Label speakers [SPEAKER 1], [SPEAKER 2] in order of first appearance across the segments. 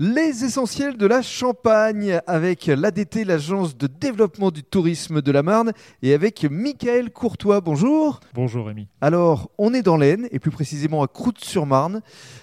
[SPEAKER 1] Les essentiels de la Champagne avec l'ADT, l'agence de développement du tourisme de la Marne, et avec Michael Courtois. Bonjour.
[SPEAKER 2] Bonjour Rémi.
[SPEAKER 1] Alors, on est dans l'Aisne, et plus précisément à Croûte-sur-Marne,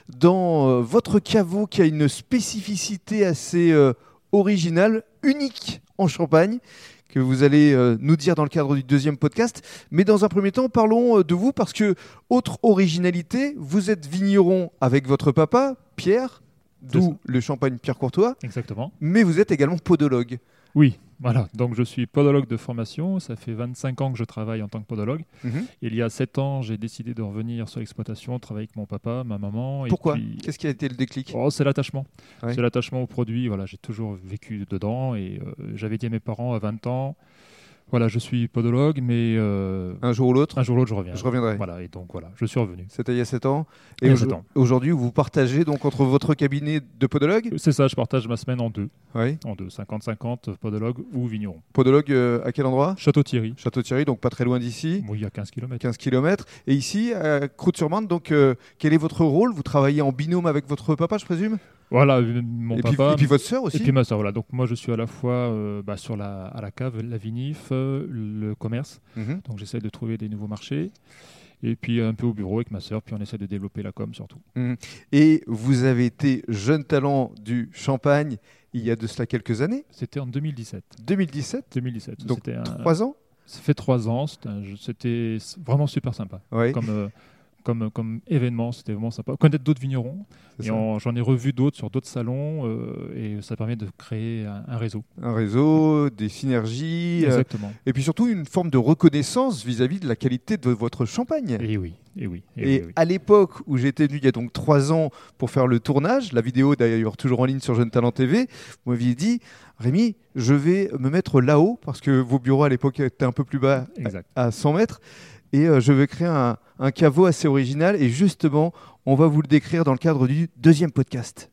[SPEAKER 1] dans euh, votre caveau qui a une spécificité assez euh, originale, unique en Champagne, que vous allez euh, nous dire dans le cadre du deuxième podcast. Mais dans un premier temps, parlons euh, de vous parce que, autre originalité, vous êtes vigneron avec votre papa, Pierre,
[SPEAKER 2] C'est
[SPEAKER 1] d'où
[SPEAKER 2] ça.
[SPEAKER 1] le champagne Pierre Courtois,
[SPEAKER 2] Exactement.
[SPEAKER 1] mais vous êtes également podologue.
[SPEAKER 2] Oui, voilà. Donc je suis podologue de formation. Ça fait 25 ans que je travaille en tant que podologue. Il y a 7 ans, j'ai décidé de revenir sur l'exploitation, travailler avec mon papa, ma maman. et
[SPEAKER 1] Pourquoi
[SPEAKER 2] puis-
[SPEAKER 1] Qu'est-ce qui a été le déclic
[SPEAKER 2] Oh, c'est l'attachement.
[SPEAKER 1] Ouais.
[SPEAKER 2] C'est l'attachement au produit. Voilà, j'ai toujours vécu dedans et euh, j'avais dit à mes parents à 20 ans, voilà, je suis podologue, mais euh,
[SPEAKER 1] Un jour ou l'autre,
[SPEAKER 2] un jour ou l'autre, je reviens.
[SPEAKER 1] je reviendrai.
[SPEAKER 2] Voilà, et donc voilà, je suis revenu.
[SPEAKER 1] C'était il y a 7 ans.
[SPEAKER 2] Il y
[SPEAKER 1] Et
[SPEAKER 2] a
[SPEAKER 1] aujo-
[SPEAKER 2] sept ans.
[SPEAKER 1] aujourd'hui, vous partagez donc entre votre cabinet de podologue,
[SPEAKER 2] C'est ça, je partage ma semaine en deux,
[SPEAKER 1] oui.
[SPEAKER 2] en deux, 50-50, podologue ou vigneron.
[SPEAKER 1] podologue euh, à quel endroit
[SPEAKER 2] Château-Thierry,
[SPEAKER 1] Château-Thierry, donc pas très loin d'ici.
[SPEAKER 2] oui, il y a 15 km.
[SPEAKER 1] 15 km. Et ici, à Croûte-sur-Marne, donc, euh, quel est votre rôle Vous travaillez en binôme avec votre papa, je présume
[SPEAKER 2] Voilà, euh, mon
[SPEAKER 1] et, puis,
[SPEAKER 2] papa.
[SPEAKER 1] et puis votre sœur aussi
[SPEAKER 2] et puis ma soeur, voilà. Donc moi, je suis à la fois euh, bah, sur la, à la cave, la vinif, euh, le commerce.
[SPEAKER 1] Mhm.
[SPEAKER 2] Donc j'essaie de trouver des nouveaux marchés. Et puis un peu au bureau avec ma soeur. Puis on essaie de développer la com surtout.
[SPEAKER 1] Et vous avez été jeune talent du Champagne il y a de cela quelques années,
[SPEAKER 2] C'était en 2017.
[SPEAKER 1] 2017,
[SPEAKER 2] 2017.
[SPEAKER 1] Donc,
[SPEAKER 2] c'était un-
[SPEAKER 1] trois ans
[SPEAKER 2] Ça fait trois ans. C'était un jeu- C'était vraiment super sympa.
[SPEAKER 1] Oui,
[SPEAKER 2] Comme, euh, comme, comme événement, c'était vraiment sympa. Connaître d'autres vignerons.
[SPEAKER 1] c'est
[SPEAKER 2] Et
[SPEAKER 1] ça.
[SPEAKER 2] on- j'en ai revu d'autres sur d'autres salons. euh, et ça permet de créer un, un réseau.
[SPEAKER 1] un réseau, des synergies, euh,
[SPEAKER 2] Exactement.
[SPEAKER 1] et puis surtout une forme de reconnaissance vis-à-vis de la qualité de votre Champagne.
[SPEAKER 2] Et oui. Et oui. Et,
[SPEAKER 1] Et
[SPEAKER 2] Eh oui, oui.
[SPEAKER 1] à l'époque où j'étais venu, il y a donc trois ans, pour faire le tournage, la vidéo d'ailleurs toujours en ligne sur Jeune Talent TV, vous m'aviez dit, Rémi, je vais me mettre là-haut, parce que vos bureaux à l'époque étaient un peu plus bas,
[SPEAKER 2] Exact.
[SPEAKER 1] à 100 mètres, et euh, je vais créer un, un caveau assez original, et justement, on va vous le décrire dans le cadre du deuxième podcast.